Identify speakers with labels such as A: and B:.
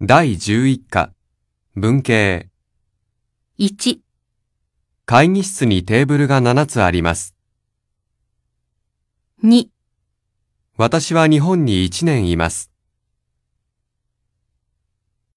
A: 第11課、文系、
B: 1、
A: 会議室にテーブルが7つあります。
B: 2、
A: 私は日本に1年います。